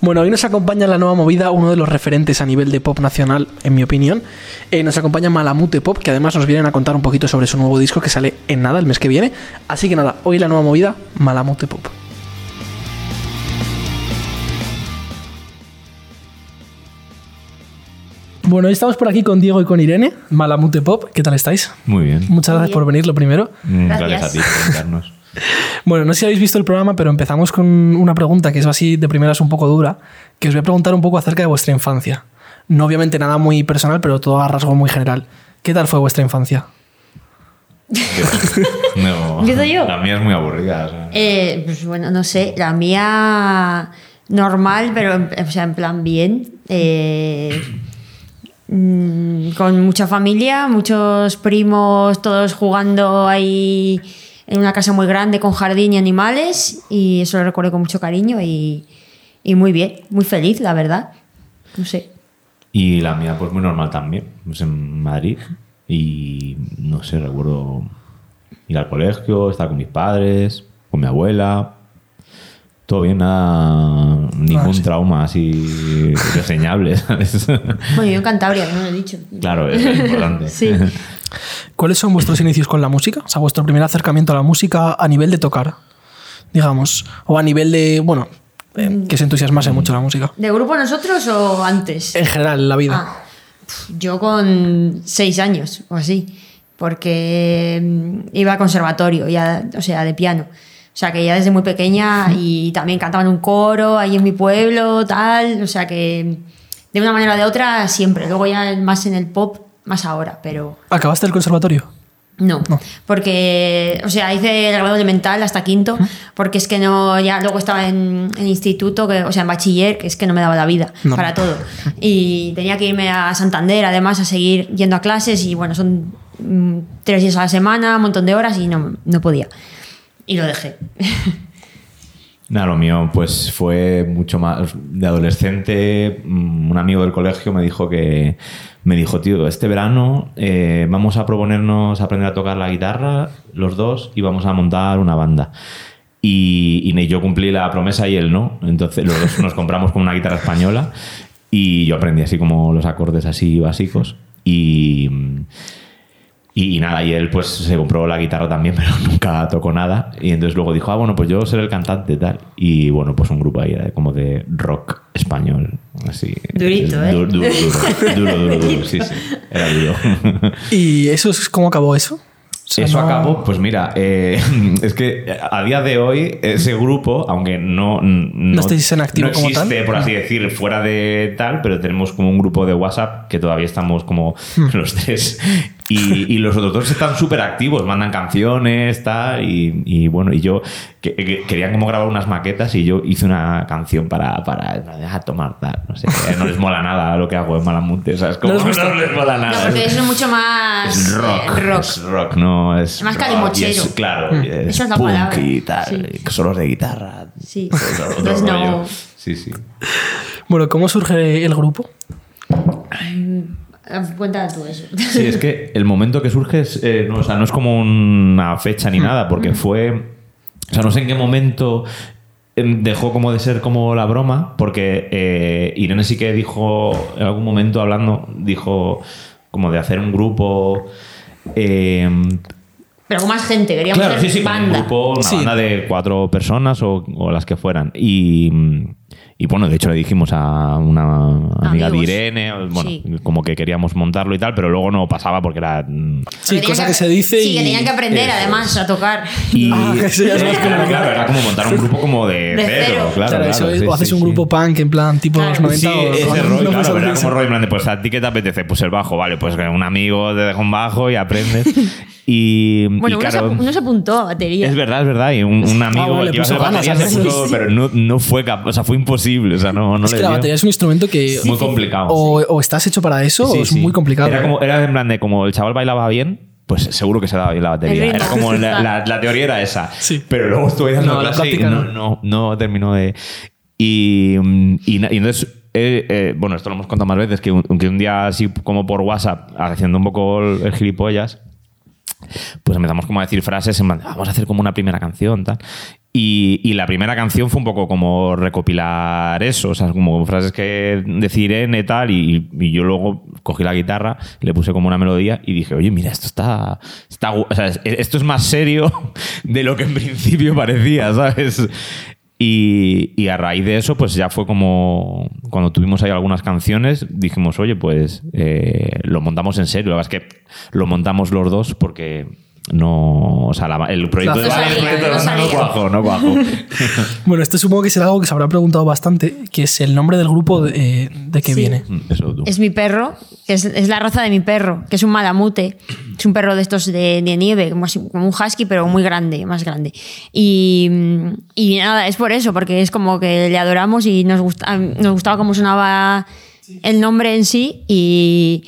Bueno, hoy nos acompaña en la nueva movida, uno de los referentes a nivel de pop nacional, en mi opinión. Eh, nos acompaña Malamute Pop, que además nos vienen a contar un poquito sobre su nuevo disco que sale en nada el mes que viene. Así que nada, hoy la nueva movida, Malamute Pop. Bueno, hoy estamos por aquí con Diego y con Irene, Malamute Pop. ¿Qué tal estáis? Muy bien. Muchas gracias por venir, lo primero. Mm, Gracias, Gracias. a ti por invitarnos. Bueno, no sé si habéis visto el programa, pero empezamos con una pregunta que es así de primeras un poco dura, que os voy a preguntar un poco acerca de vuestra infancia. No obviamente nada muy personal, pero todo a rasgo muy general. ¿Qué tal fue vuestra infancia? No, ¿Empiezo yo? La mía es muy aburrida. o sea. Eh, pues bueno, no sé, la mía normal, pero en, o sea, en plan bien. eh, mm, con mucha familia, muchos primos, todos jugando ahí en una casa muy grande con jardín y animales. Y eso lo recuerdo con mucho cariño y, y muy bien, muy feliz, la verdad. No sé. Y la mía, pues muy normal también. Pues en Madrid. Y no sé, recuerdo ir al colegio, estar con mis padres, con mi abuela. Todo bien, nada. Ningún sí. trauma así reseñable, ¿sabes? Bueno, yo en Cantabria, no lo he dicho. claro, es lo importante. Sí. ¿Cuáles son vuestros inicios con la música? O sea, vuestro primer acercamiento a la música a nivel de tocar, digamos, o a nivel de, bueno, eh, que se entusiasmase mucho la música. ¿De grupo nosotros o antes? En general, la vida. Ah, pf, yo con seis años o así, porque mm, iba a conservatorio, ya, o sea, de piano. O sea, que ya desde muy pequeña y también cantaba en un coro ahí en mi pueblo, tal. O sea, que mm, de una manera o de otra siempre. Luego ya más en el pop, más ahora, pero... ¿Acabaste el conservatorio? No, porque, o sea, hice el grado elemental hasta quinto, porque es que no, ya luego estaba en, en instituto, que, o sea, en bachiller, que es que no me daba la vida No. para todo. Y tenía que irme a Santander, además, a seguir yendo a clases, y bueno, son mm, tres días a la semana, un montón de horas, y no, no podía. Y lo dejé. Nada, lo mío pues fue mucho más de adolescente. Mm, Un amigo del colegio me dijo que me dijo, tío, este verano eh, vamos a proponernos aprender a tocar la guitarra los dos y vamos a montar una banda. Y, y ne- yo cumplí la promesa y él no. Entonces los dos nos compramos con una guitarra española y yo aprendí así como los acordes así básicos. Y, mm, y, y nada, y él pues se compró la guitarra también, pero nunca tocó nada. Y entonces luego dijo, ah, bueno, pues yo seré el cantante tal. Y bueno, pues un grupo ahí eh, como de rock español, así. Durito, ¿eh? Du- du- duro, duro, duro, duro, duro, sí, sí, era duro. ¿Y eso es cómo acabó eso? O sea, Eso no- acabó, pues mira, eh, es que a día de hoy ese grupo, aunque no, n- no, estáis en activo no como existe, tal. por así decir, fuera de tal, pero tenemos como un grupo de WhatsApp que todavía estamos como Hmm. los tres. Y, y los otros dos están súper activos, mandan canciones, tal, y, y bueno, y yo que, que- querían como grabar unas maquetas y yo hice una canción para, para, "Ah, tomar tal, no sé, no les mola nada lo que hago en Malamute, ¿sabes? Como No les no les, gusta. mola nada. No, porque eso es mucho más Ah, Es rock, eh, rock. es rock, no es. Más rock, calimochero. y es- Claro, Mm. es Esa es la punk palabra. y tal, Sí. y solos de guitarra. Sí. todo otro Entonces, no. rollo. Sí, sí. Bueno, ¿cómo surge el grupo? ah, Cuenta tú eso. Sí, es que el momento que surge es, eh, no, o sea, no es como una fecha Mm. ni nada, porque fue. O sea, no sé en qué momento em, dejó como de ser como la broma, porque eh, Irene sí que dijo, en algún momento hablando, dijo como de hacer un grupo. eh, Pero con más gente, queríamos Claro, ser sí, sí, con un banda. grupo, una Sí. banda de cuatro personas o, o las que fueran. Y, y bueno, de hecho le dijimos a una amiga de Amigos. Irene, bueno, Sí. como que queríamos montarlo y tal, pero luego no pasaba porque era... mm, Sí, Pero cosa tenían que, se dice Sí, y... que tenían que aprender, además, a tocar. Y Ah, que sí, ya sabes era, cómo. claro, era como montar un grupo como de, De cero, cero. claro. Claro, claro, eso es, sí, o haces sí, un sí. grupo punk en plan tipo Claro. los 90 Sí, o ese no, rollo, no claro, puedes era hacer como eso. rollo en plan de, pues a ti que te apetece, pues el bajo, vale, pues que un amigo te deja un bajo y aprendes. Y, Bueno, y uno, claro, se, apu- uno se apuntó a batería. Es verdad, es verdad. Y un, un amigo bueno, le que iba a puso hacer batería ganas, se ¿no? puso- Sí, sí. pero no, no fue capaz, o sea, fue imposible. O sea, no, no Es le que la dio. batería es un instrumento que Muy complicado. o, o estás hecho para eso Sí, o es sí. muy complicado. ¿eh? Era, como, era en plan de como el chaval bailaba bien, pues seguro que se daba bien la batería. El ritmo. Era como la, la- la teoría era esa. Sí. Pero luego estuve dando No, la clase y práctica no, no. no, no terminó de. Y, mm, y na- y entonces. eh, eh, bueno, esto lo hemos contado más veces, que un, que un día así como por WhatsApp, haciendo un poco el- el gilipollas, pues empezamos como a decir frases en plan, vamos a hacer como una primera canción, tal. Y, Y, y la primera canción fue un poco como recopilar eso, o sea, como frases que decir en y tal. Y, y yo luego cogí la guitarra, le puse como una melodía y dije, oye, mira, esto está. está gu- o sea, es- esto es más serio de lo que en principio parecía, ¿sabes? Y, y a raíz de eso, pues ya fue como cuando tuvimos ahí algunas canciones, dijimos, oye, pues eh, lo montamos en serio. La verdad es que lo montamos los dos porque no. O sea, la- el proyecto No de salía, el proyecto de Vale no no salía. cuajo, no cuajo. Bueno, este supongo que será algo que se habrá preguntado bastante, que es el nombre del grupo de, eh, de que Sí. viene. Eso tú. Es mi perro, que es, es la raza de mi perro, que es un malamute. Es un perro de estos de, de nieve, como, así- como un husky, pero muy grande, más grande. Y, mm, y nada, es por eso, porque es como que le adoramos y nos, gusta, nos gustaba cómo sonaba el nombre en sí y,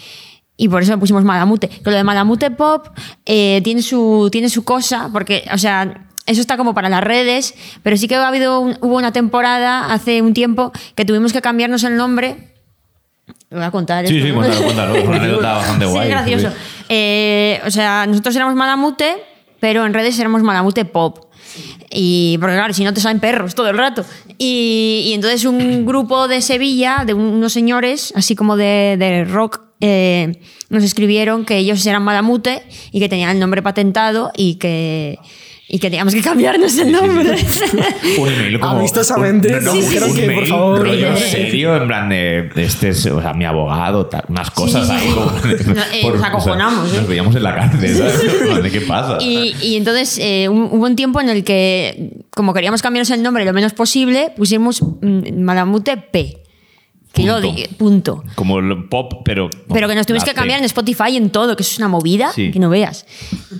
y por eso le pusimos malamute. Que lo de malamute pop eh, tiene, su, tiene su cosa, porque, o sea, eso está como para las redes, pero sí que ha habido un- hubo una temporada hace un tiempo que tuvimos que cambiarnos el nombre lo voy a contar. Sí, esto, sí, ¿no? cuéntalo, cuéntalo. Es una anécdota bastante Sí, guay. es gracioso. Eh, o sea, nosotros éramos Malamute, pero en redes éramos Malamute Pop. Y porque claro, si no te salen perros todo el rato. Y, y entonces un grupo de Sevilla, de un- unos señores, así como de, de rock, eh, nos escribieron que ellos eran Malamute y que tenían el nombre patentado y que, y que teníamos que cambiarnos el nombre. Un email como. Amistosamente, un- sí, dijeron un que, por mail, favor, rollo eh, serio, en plan de. Este es, o sea, mi abogado, tal, unas cosas sí, ahí. sí. como- No, eh, nos acojonamos, o sea, ¿eh? Nos veíamos en la cárcel, ¿sabes? Vale, ¿Qué pasa? Y, y entonces eh, un- hubo un tiempo en el que, como queríamos cambiarnos el nombre lo menos posible, pusimos mm, Malamute P. Que Punto. lo di- punto. Como el pop, pero. Pero que nos tuvimos que Latte. cambiar en Spotify, en todo, que eso es una movida Sí. que no veas.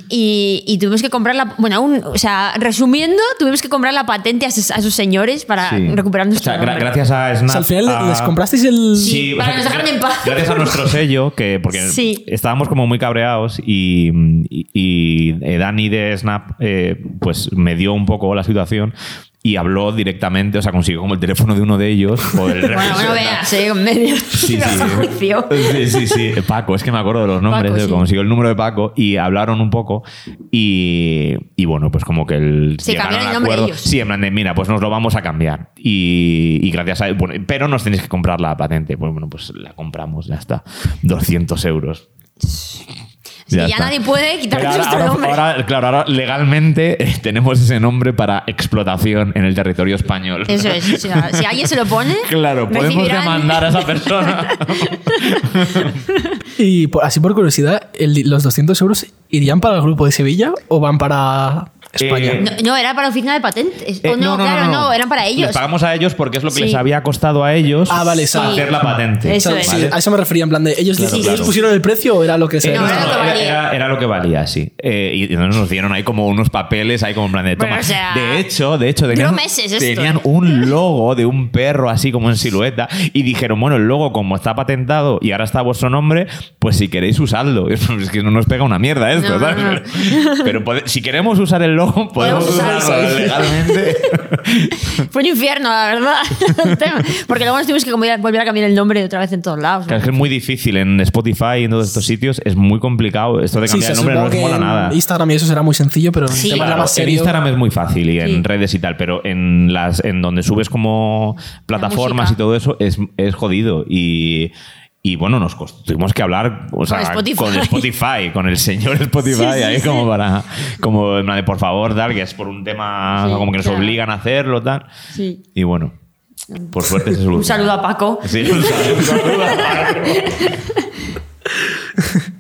Y, y tuvimos que comprar la. Bueno, aún, o sea, resumiendo, tuvimos que comprar la patente a, esos- a esos señores para Sí. recuperar nuestro O sea, gra- nombre. gracias a Snap. O sea, al final a- les comprasteis el. Sí, o para sea, que nos dejaran gra- en paz. Gracias a nuestro sello, que porque Sí. estábamos como muy cabreados y, y- y, eh, Dani de Snap eh, pues me dio un poco la situación y habló directamente, o sea, consiguió como el teléfono de uno de ellos. por el Bueno, representante. no veas, eh, en medio. Sí, Vas a sí. juicio. sí, sí, sí. Eh, Paco, es que me acuerdo de los nombres, Paco, eh, sí. consiguió el número de Paco y hablaron un poco y, y bueno, pues como que el... Se llegaron cambiaron al el nombre acuerdo. ellos. Sí, en plan de, mira, pues nos lo vamos a cambiar y, y gracias a... bueno, pero nos tenéis que comprar la patente. Pues bueno, pues la compramos, ya está. 200 euros. Sí, ya está. nadie puede quitarnos Pero nuestro nombre. ahora, claro, ahora legalmente eh, tenemos ese nombre para explotación en el territorio español. Eso es. o sea, si alguien se lo pone. Claro, podemos recibirán- demandar a esa persona. Y por- así por curiosidad, el- los 200 euros irían para el grupo de Sevilla o van para España. Eh, No, no, era para oficina de patentes. Eh, o no, claro, no, eran para ellos. Les pagamos a ellos porque es lo que Sí. les había costado a ellos Ah, vale, sí. hacer la patente. O sea, Eso es. sí, Vale. A eso me refería, en plan de. ¿Ellos, Claro, ¿ellos claro. pusieron el precio o era lo que se.? Eh, no, era lo que era, valía. era- era lo que valía, sí. Eh, y entonces nos dieron ahí como unos papeles, ahí como en plan de toma. Bueno, o sea, de hecho, de hecho, tenían, duró meses esto. ¿eh? tenían un logo de un perro así como en silueta y dijeron, bueno, el logo como está patentado y ahora está vuestro nombre, pues si queréis usadlo. Es que no nos pega una mierda esto, No, ¿sabes? no. Pero pode- si queremos usar el logo, podemos, Podemos usarlo, usarlo sí. legalmente. Fue un infierno, la verdad. el tema. Porque luego nos tuvimos que comi- volver a cambiar el nombre otra vez en todos lados. Claro, es que es muy difícil en Spotify y en todos estos sitios. Es muy complicado. Esto de Sí, cambiar se el nombre no supongo les que mola en nada. Instagram y eso será muy sencillo, pero Sí. el tema Claro, era más en serio. Instagram es muy fácil y en Sí. redes y tal, pero en las en donde subes como plataformas música. y todo eso es, es jodido. Y, y bueno, nos cost- tuvimos que hablar o sea, Spotify. con Spotify, con el señor Spotify, Sí, sí, ahí sí. como para, como en plan de, por favor, tal, que es por un tema Sí, como que nos claro. obligan a hacerlo, tal. Sí. Y bueno, por suerte se Un solucionó. saludo a Paco. Sí, un saludo, un saludo a Pablo.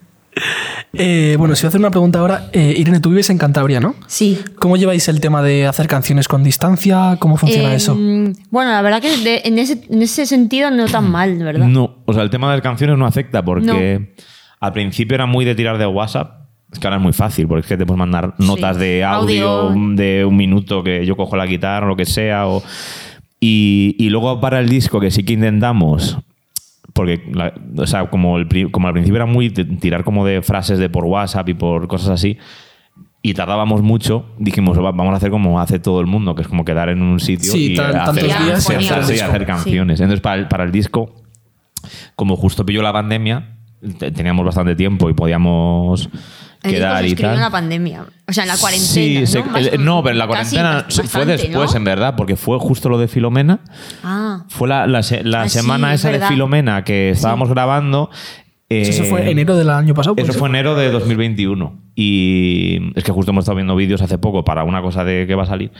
Eh, bueno, si voy a hacer una pregunta ahora, eh, Irene, tú vives en Cantabria, ¿no? Sí. ¿Cómo lleváis el tema de hacer canciones con distancia? ¿Cómo funciona Eh, eso? Bueno, la verdad que de- en, ese, en ese sentido no tan mal, de verdad. No, o sea, el tema de las canciones no afecta porque al principio era muy de tirar de WhatsApp. Es que ahora es muy fácil porque es que te puedes mandar notas de audio, Audio. de un minuto que yo cojo la guitarra o lo que sea. o- y, y luego para el disco que sí que intentamos. Porque, la- o sea, como, el pri- como al principio era muy de tirar como de frases de por WhatsApp y por cosas así, y tardábamos mucho, dijimos, "Va- vamos a hacer como hace todo el mundo, que es como quedar en un sitio Sí, y tan- hacer, tantos días y hacer- hacer el sí, disco. hacer canciones. Entonces, para el- para el disco, como justo pilló la pandemia, te- teníamos bastante tiempo y podíamos El quedar disco se y escribió tal. en la pandemia. O sea, en la cuarentena. Sí, ¿no? se- Más- el- no, pero la casi cuarentena bas- fue bastante, después, ¿no? en verdad, porque fue justo lo de Filomena. Ah, Fue la, la se- la Ah, sí, semana es esa verdad. de Filomena que estábamos grabando. eh, Eso fue enero del año pasado. Eso pues. fue enero de 2021. Y es que justo hemos estado viendo vídeos hace poco para una cosa de que va a salir.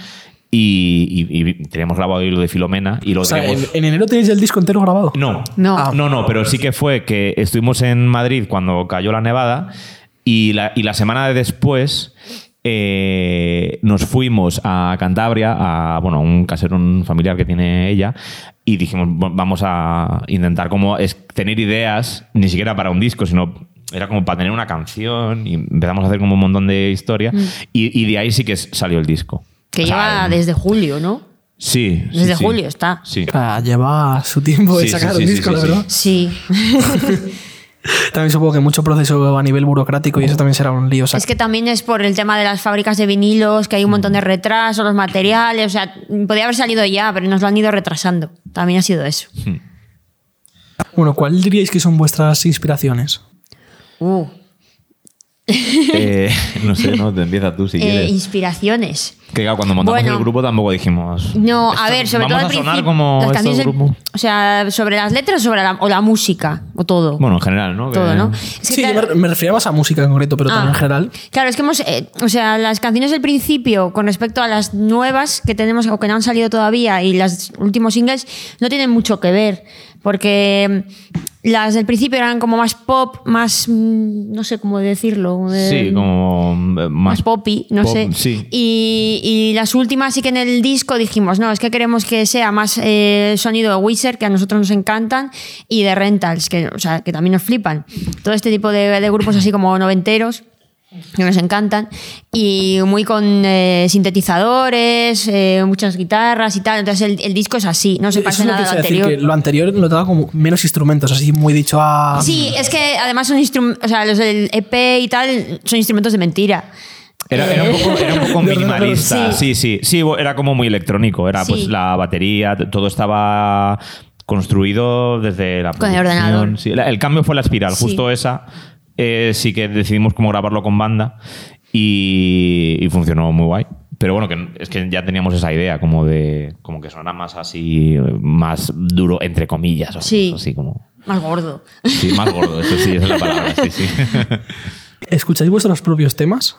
Y, y- y teníamos grabado lo de Filomena y lo O sea, en, tenemos- en enero tenéis el disco entero grabado. No, No. Ah. no, no, pero sí que fue que estuvimos en Madrid cuando cayó la nevada y la, y la semana de después eh, nos fuimos a Cantabria, a bueno, a un caserón familiar que tiene ella, y dijimos, "Bu- vamos a intentar como es tener ideas, ni siquiera para un disco, sino era como para tener una canción y empezamos a hacer como un montón de historia y, y de ahí sí que s- salió el disco. Mm. que O sea, lleva desde julio, ¿no? Sí. sí, desde sí. julio está. Sí. O sea, lleva su tiempo de Sí, sí, sacar sí, un sí, disco, sí, la sí. verdad. Sí. También supongo que mucho proceso a nivel burocrático y eso también será un lío. o sea, Es que también es por el tema de las fábricas de vinilos, que hay un montón de retrasos, los materiales. O sea, podía haber salido ya, pero nos lo han ido retrasando. También ha sido eso. Bueno, ¿cuál diríais que son vuestras inspiraciones? Uh. Eh, no sé, no, te empieza tú si Eh, quieres. inspiraciones. Que claro, cuando montamos Bueno. el grupo tampoco dijimos. No, "Esto- a ver, sobre vamos todo al a sonar principio. como las este canciones- grupo. O sea, sobre las letras sobre la, o la música, o todo. Bueno, en general, ¿no? Que- todo, ¿no? Es que Sí, yo claro- me, me refería más a música en concreto, pero Ah. también en general. Claro, es que hemos. eh, o sea, las canciones del principio con respecto a las nuevas que tenemos o que no han salido todavía y las últimos singles no tienen mucho que ver. Porque mm, las del principio eran como más pop, más. mm, No sé cómo decirlo. eh, Sí, como eh, más, más poppy, no pop, sé. Sí. Y, y las últimas sí que en el disco dijimos, no, es que queremos que sea más eh, sonido de Wizard, que a nosotros nos encantan, y de Rentals, que, o sea, que también nos flipan. Todo este tipo de, de grupos así como noventeros que nos encantan y muy con eh, sintetizadores eh, muchas guitarras y tal entonces el, el disco es así no se Eso parece es lo nada que al sé decir, anterior que lo anterior lo daba como menos instrumentos, así muy dicho "Ah, a... sí es que además son instrumentos o sea los del EP y tal son instrumentos de mentira Era, Eh. era un poco, era un De poco ordenador. minimalista. Sí. sí, sí. bo- era como muy electrónico. Era Sí. pues la batería, t- todo estaba construido desde la Con el producción. ordenador. Sí, la- el cambio fue la espiral, Sí. justo esa. eh, sí que decidimos cómo grabarlo con banda y, y funcionó muy guay. Pero bueno, que n- es que ya teníamos esa idea como de como que sonara más así, eh, más duro, entre comillas. o- Sí. Así como... más gordo Sí, más gordo, eso sí, esa es la palabra. Sí, sí. ¿Escucháis vuestros propios temas?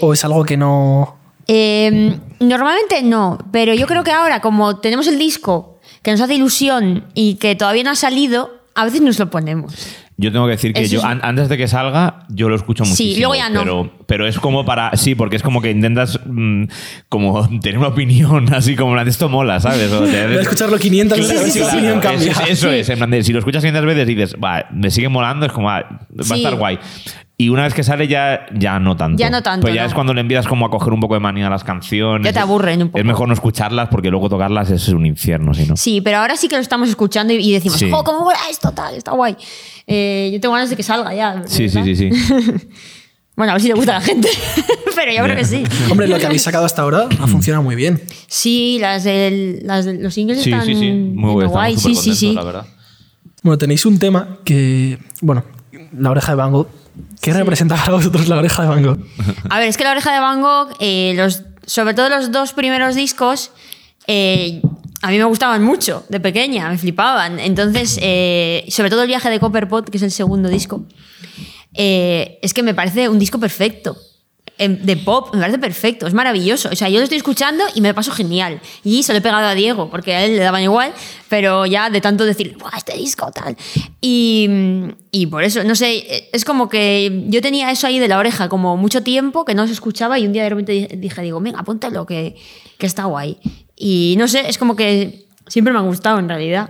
¿O es algo que no...? Eh, normalmente no, pero yo creo que ahora, como tenemos el disco que nos hace ilusión y que todavía no ha salido, a veces nos lo ponemos. Yo tengo que decir que Eso yo, es- an- antes de que salga, yo lo escucho Sí, muchísimo. luego ya no. Pero, pero es como para. Sí, porque es como que intentas mm, como tener una opinión así como la de esto mola, ¿sabes? O te- Voy a escucharlo 500 Claro, veces a ver si la claro, opinión es- cambia. es- eso es, en plan de, si lo escuchas 500 veces y dices, va, me sigue molando, es como, ah, va Sí. a estar guay. Y una vez que sale ya, ya no tanto. Ya no tanto, Pues ya no. es cuando le empiezas como a coger un poco de manía a las canciones. Ya te aburren un poco. Es mejor no escucharlas porque luego tocarlas es un infierno, si no. Sí, pero ahora sí que lo estamos escuchando y, y decimos, Sí. ¡oh, cómo mola esto! Tal, está guay. Eh, yo tengo ganas de que salga ya. Sí, sí, ¿verdad? sí, sí. Bueno, a ver si le gusta a la gente, pero yo creo que sí. Hombre, lo que habéis sacado hasta ahora Mm. ha funcionado muy bien. Sí, las del, las de los singles Sí, están sí, sí. Muy yendo bueno. guay. Sí, sí, sí. la verdad. Bueno, tenéis un tema que... Bueno, la oreja de Van Gogh. ¿Qué representa para vosotros la oreja de Van Gogh? A ver, es que La Oreja de Van Gogh, eh, los, sobre todo los dos primeros discos, eh, a mí me gustaban mucho de pequeña, me flipaban. Entonces, eh, sobre todo el viaje de Copperpot, que es el segundo disco, eh, es que me parece un disco perfecto. Em, De pop, me parece perfecto, es maravilloso. O sea, yo lo estoy escuchando y me lo paso genial. Y se lo he pegado a Diego, porque a él le daban igual, pero ya de tanto decir, ¡buah, este disco tal! Y, y por eso, no sé, eh, es como que yo tenía eso ahí de la oreja, como mucho tiempo que no se escuchaba y un día de repente di- dije, digo, venga, apúntalo, que, que está guay. Y no sé, es como que siempre me han gustado en realidad,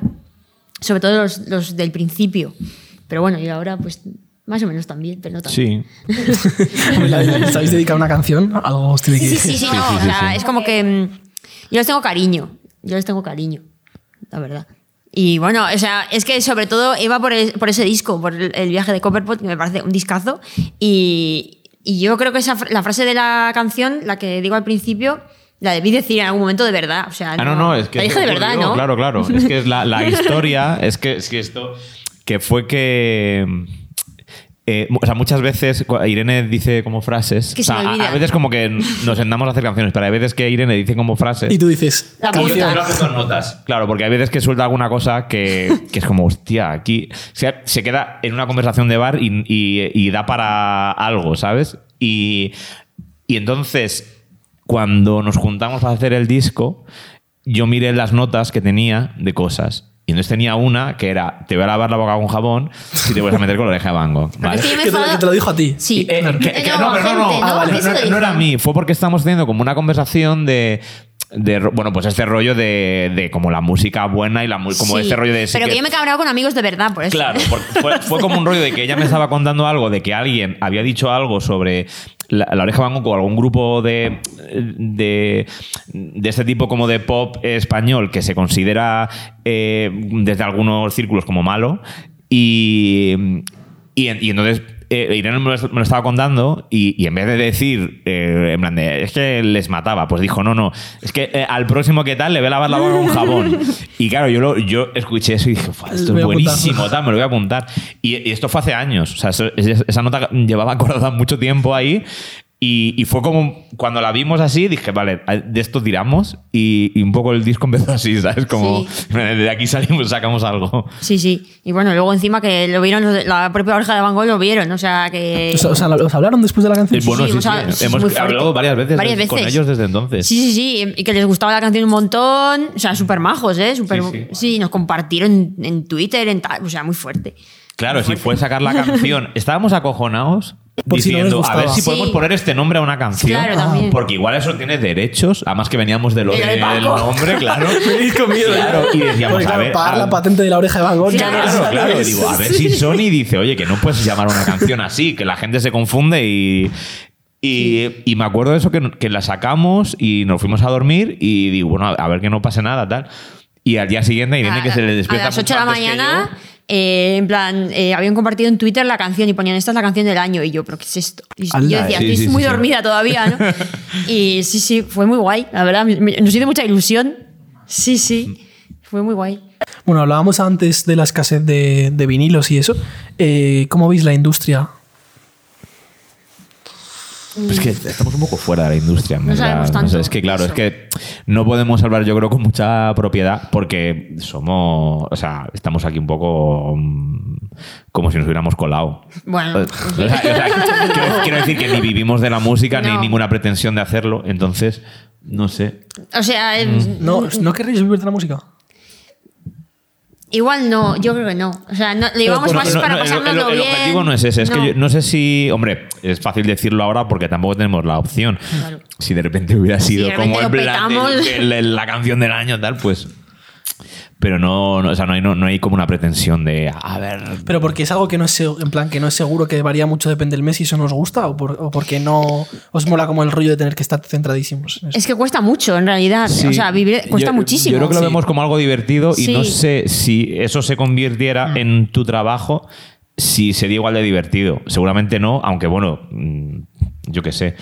sobre todo los, los del principio. Pero bueno, y ahora pues más o menos también, pero no tanto. Sí. ¿Les habéis dedicado una canción? Algo os tiene que Sí, sí, sí, sí, no, sí, o sí, sea, sí. es como que mm, yo les tengo cariño, yo les tengo cariño, la verdad. Y bueno, o sea, es que sobre todo iba por, es- por ese disco, por el, el viaje de Copperpot, que me parece un discazo. Y, y yo creo que esa, fr- la frase de la canción, la que digo al principio, la debí decir en algún momento de verdad. O sea, Ah, no, no, es que. La dije de verdad, ocurrió, ¿no? Claro, claro. Es que es la, la historia, es que, es que esto. Que fue que. eh, o sea, muchas veces cua- Irene dice como frases. Que o sea, se me a- a, olvida. veces como que nos sentamos a hacer canciones, pero hay veces que Irene dice como frases. Y tú dices, La Y yo- canción. yo lo apunto en notas. Claro, porque hay veces que suelta alguna cosa que, que es como, hostia, aquí o sea, se queda en una conversación de bar y, y- y da para algo, ¿sabes? Y, y entonces, cuando nos juntamos para hacer el disco, yo miré las notas que tenía de cosas. Y entonces tenía una que era, te voy a lavar la boca con jabón si te vuelves a meter con la oreja de bango. Porque es que yo me Que te lo- enfado- que te lo dijo a ti. Sí. Eh, que- Eh, que- no, pero no, no. gente, Ah, vale. Eso No, lo no era a dicen. mí, fue porque estábamos teniendo como una conversación de. de ro- bueno, pues este rollo de, de como la música buena y la mu- como Sí, este rollo de. sí Pero que que- yo me he cabreado con amigos de verdad, pues. por eso. Claro, porque fue, fue como un rollo de que ella me estaba contando algo, de que alguien había dicho algo sobre la, la oreja Van Gogh o algún grupo de, de, de este tipo como de pop español que se considera eh, desde algunos círculos como malo. Y, y, en- y entonces eh, Irene me lo, me lo estaba contando y, y en vez de decir, eh, en plan de, es que les mataba, pues dijo, no, no, es que eh, al próximo que tal le voy a lavar la boca con jabón. Y claro, yo, lo, yo escuché eso y dije, "Fua, esto Voy a apuntar. es buenísimo, tal, me lo voy a apuntar. Y, y esto fue hace años, o sea, eso- es- esa nota llevaba acordada mucho tiempo ahí. Y, y fue como cuando la vimos así, dije, vale, de esto tiramos y, y un poco el disco empezó así, ¿sabes? Como Sí. de aquí salimos, sacamos algo. Sí, sí. Y bueno, luego encima que lo vieron, los de- la propia oreja de Van Gogh lo vieron, o sea que... O sea, o sea, ¿os hablaron después de la canción? Eh, bueno, sí, Pues o sea, sí. es muy Hemos fuerte. hablado varias veces, Varias con veces. ellos desde entonces. Sí, sí, sí, y que les gustaba la canción un montón, o sea, súper majos, ¿eh? Súper- Sí, sí, sí. nos compartieron en Twitter, en tal, o sea, muy fuerte. Claro, si fue sacar la canción. Estábamos acojonados Por si no les diciendo, a ver gustaba. si podemos Sí. poner este nombre a una canción. Claro, también. Porque igual eso tiene derechos. Además que veníamos de lo Era de- de Paco. del nombre, claro. Venís conmigo, ya. Claro, y decíamos, Porque, a claro, ver, pagar a- la patente de la oreja de Van Gogh. ya Claro, ves, Claro, claro. ¿sabes? Digo, ah. a ver si Sony dice, oye, que no puedes llamar a una canción así, que la gente se confunde y. Y, y me acuerdo de eso, que, que la sacamos y nos fuimos a dormir y digo, bueno, a ver que no pase nada, tal. Y al día siguiente Irene A- que se le a- despierta A las 8 de la mucho antes que mañana, yo. eh, en plan, eh, habían compartido en Twitter la canción y ponían, esta es la canción del año. Y yo, ¿pero qué es esto? Y Ala, yo decía, sí, estoy sí, muy sí, sí. dormida todavía, ¿no? y sí, sí, fue muy guay, la verdad, me- me- nos hizo mucha ilusión. Sí, sí, Mm. fue muy guay. Bueno, hablábamos antes de la escasez de, de vinilos y eso. Eh, ¿Cómo veis la industria? Pues Es que estamos un poco fuera de la industria, en No verdad. sabemos No sé, tanto es que claro, de es que no podemos hablar, yo creo, con mucha propiedad, porque somos, o sea, estamos aquí un poco mm, como si nos hubiéramos colado. Bueno, O sea, o sea, quiero, quiero decir que ni vivimos de la música ni No. ninguna pretensión de hacerlo, entonces no sé. o sea, eh, Mm. ¿No, ¿no querréis vivir de la música? igual no, yo creo que no. O sea, no, le llevamos bueno, más No, para no, el- el, pasárnoslo el bien. objetivo no es ese, es que yo no sé si, hombre, es fácil decirlo ahora porque tampoco tenemos la opción. Claro. Si de repente hubiera sido de como repente el lo plan de- petamos. de la- la canción del año tal, pues pero no, no, o sea, no hay, no, no hay como una pretensión de a ver Pero porque es algo que no es seg- en plan que no es seguro, que varía mucho, depende del mes si eso nos gusta o, por- o porque no os mola como el rollo de tener que estar centradísimos. en eso. Es que cuesta mucho, en realidad. O sea, vivir cuesta Yo- muchísimo. Yo creo que lo Sí. vemos como algo divertido y Sí. no sé si eso se convirtiera Mm. en tu trabajo, si sería igual de divertido. Seguramente no, aunque bueno, mm, yo qué sé.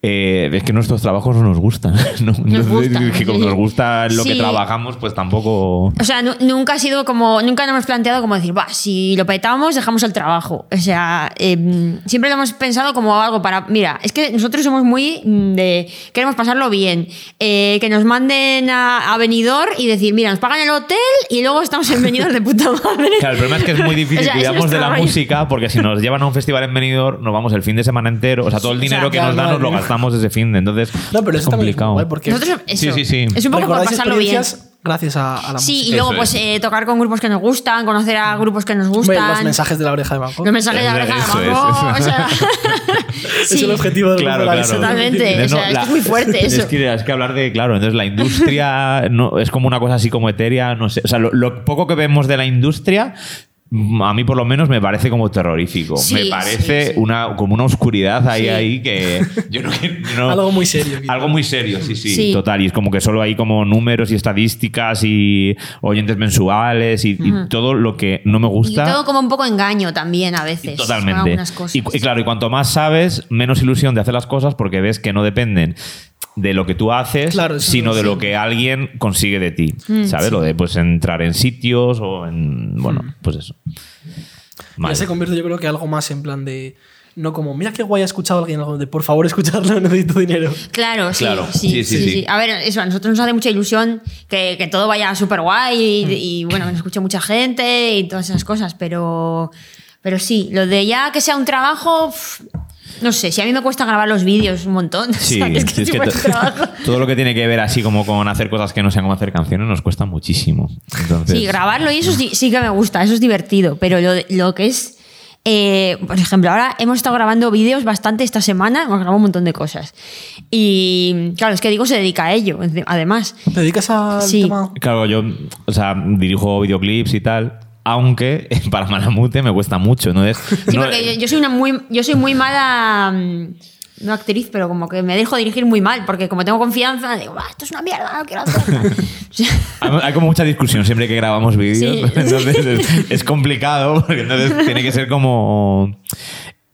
Eh, es que nuestros trabajos no nos gustan. ¿no? Entonces, gustan, que como sí. nos gusta lo que Sí. trabajamos, pues tampoco. O sea, nu- nunca ha sido como, nunca nos hemos planteado como decir, va, si lo petamos, dejamos el trabajo. O sea, eh, siempre lo hemos pensado como algo para, mira, es que nosotros somos muy mm, de, queremos pasarlo bien, Eh, que nos manden a, a Benidorm y decir, mira, nos pagan el hotel y luego estamos en Benidorm de puta madre. Claro, el problema es que es muy difícil O sea, que es vivamos de nuestro la rollo. música, porque si nos llevan a un festival en Benidorm, nos vamos el fin de semana entero. O sea, todo el O sea, dinero que claro, nos dan madre nos lo mía. gastamos ese fin de. Entonces, no, pero es eso también es complicado. muy guay porque Nosotros, eso, Sí, sí, sí. Es un poco por recordáis pasarlo bien. experiencias gracias a, a la Sí, música. y luego Eso pues es. eh, tocar con grupos que nos gustan, conocer a grupos que nos Hombre, gustan. los mensajes de la oreja de Van Gogh. Los mensajes de la oreja Eso de es, abajo, eso o sea, Es sí. el objetivo del Claro, grupo, la claro. verdad. Totalmente. o sea, es que es muy fuerte es eso. que, es que hablar de, claro, entonces la industria no, es como una cosa así como etérea, no sé. O sea, lo, lo poco que vemos de la industria, mm, a mí por lo menos me parece como terrorífico. Sí, me sí, parece sí. Una, como una oscuridad ahí, Sí. ahí que yo no, que- no- Algo muy serio. quizá. Algo muy serio, sí, sí, Sí. total. Y es como que solo hay como números y estadísticas y oyentes mensuales y, y todo lo que no me Y gusta. todo como un poco engaño también a veces. con Totalmente. algunas cosas. Y, cu- y claro, y cuanto más sabes, menos ilusión de hacer las cosas porque ves que no dependen de lo que tú haces, Claro, eso sino de sí. lo que alguien consigue Mm, Mm. de ti. ¿Sabes? Lo de pues entrar en sitios o en. Bueno, pues eso. Ya Vale. se convierte, yo creo que algo más en plan de. No como, mira qué guay ha escuchado alguien algo de por favor escucharlo, necesito dinero. Claro, sí, Claro. Sí, sí, sí, A ver, eso, a nosotros nos hace mucha ilusión que, que todo vaya súper guay y, Mm. y, bueno, que nos escuche mucha gente y todas esas cosas, pero, pero sí, lo de ya que sea un trabajo, pf, no sé, si a mí me cuesta grabar los vídeos un montón, Sí, ¿sabes? Que sí, es que siempre to- es un trabajo. todo lo que tiene que ver así como con hacer cosas que no sean como hacer canciones nos cuesta muchísimo. Entonces, Sí, grabarlo y eso sí, sí que me gusta, eso es divertido, pero lo, lo que es... eh, por ejemplo, ahora hemos estado grabando vídeos bastante esta semana, hemos grabado un montón de cosas. Y claro, es que Diego se dedica a ello, además. ¿Te dedicas al Sí. tema? Claro, yo, o sea, dirijo videoclips y tal, aunque para Malamute me cuesta mucho, ¿no? Es, Sí, no- eh, porque yo, yo soy una muy, yo soy muy mala. mm, No actriz, pero como que me dejo dirigir muy mal, porque como tengo confianza, digo, "Buah, esto es una mierda, no quiero hacerlo. O sea, Hay hay como mucha discusión siempre que grabamos vídeos. Sí. Entonces es, es complicado porque entonces tiene que ser como.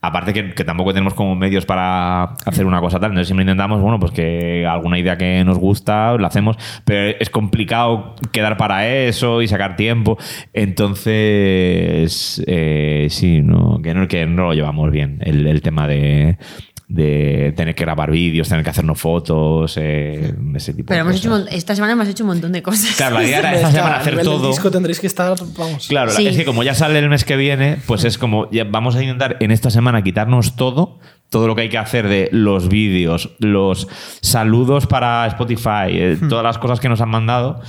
Aparte que, que tampoco tenemos como medios para hacer una cosa tal. Entonces siempre intentamos, bueno, pues que alguna idea que nos gusta la hacemos. Pero es complicado quedar para eso y sacar tiempo. Entonces, eh, sí, no, que, no, que no lo llevamos bien el, el tema de, de tener que grabar vídeos, tener que hacernos fotos, eh, ese tipo pero de hemos cosas. hecho, un mon- esta semana hemos hecho un montón de cosas. pues Claro, la idea era Es esta que semana a hacer nivel del todo. disco tendréis que estar, vamos. Claro, la- Sí. es que como ya sale el mes que viene, pues es como ya vamos a intentar en esta semana quitarnos todo, todo lo que hay que hacer de los vídeos, los saludos para Spotify, eh, todas las cosas que nos han mandado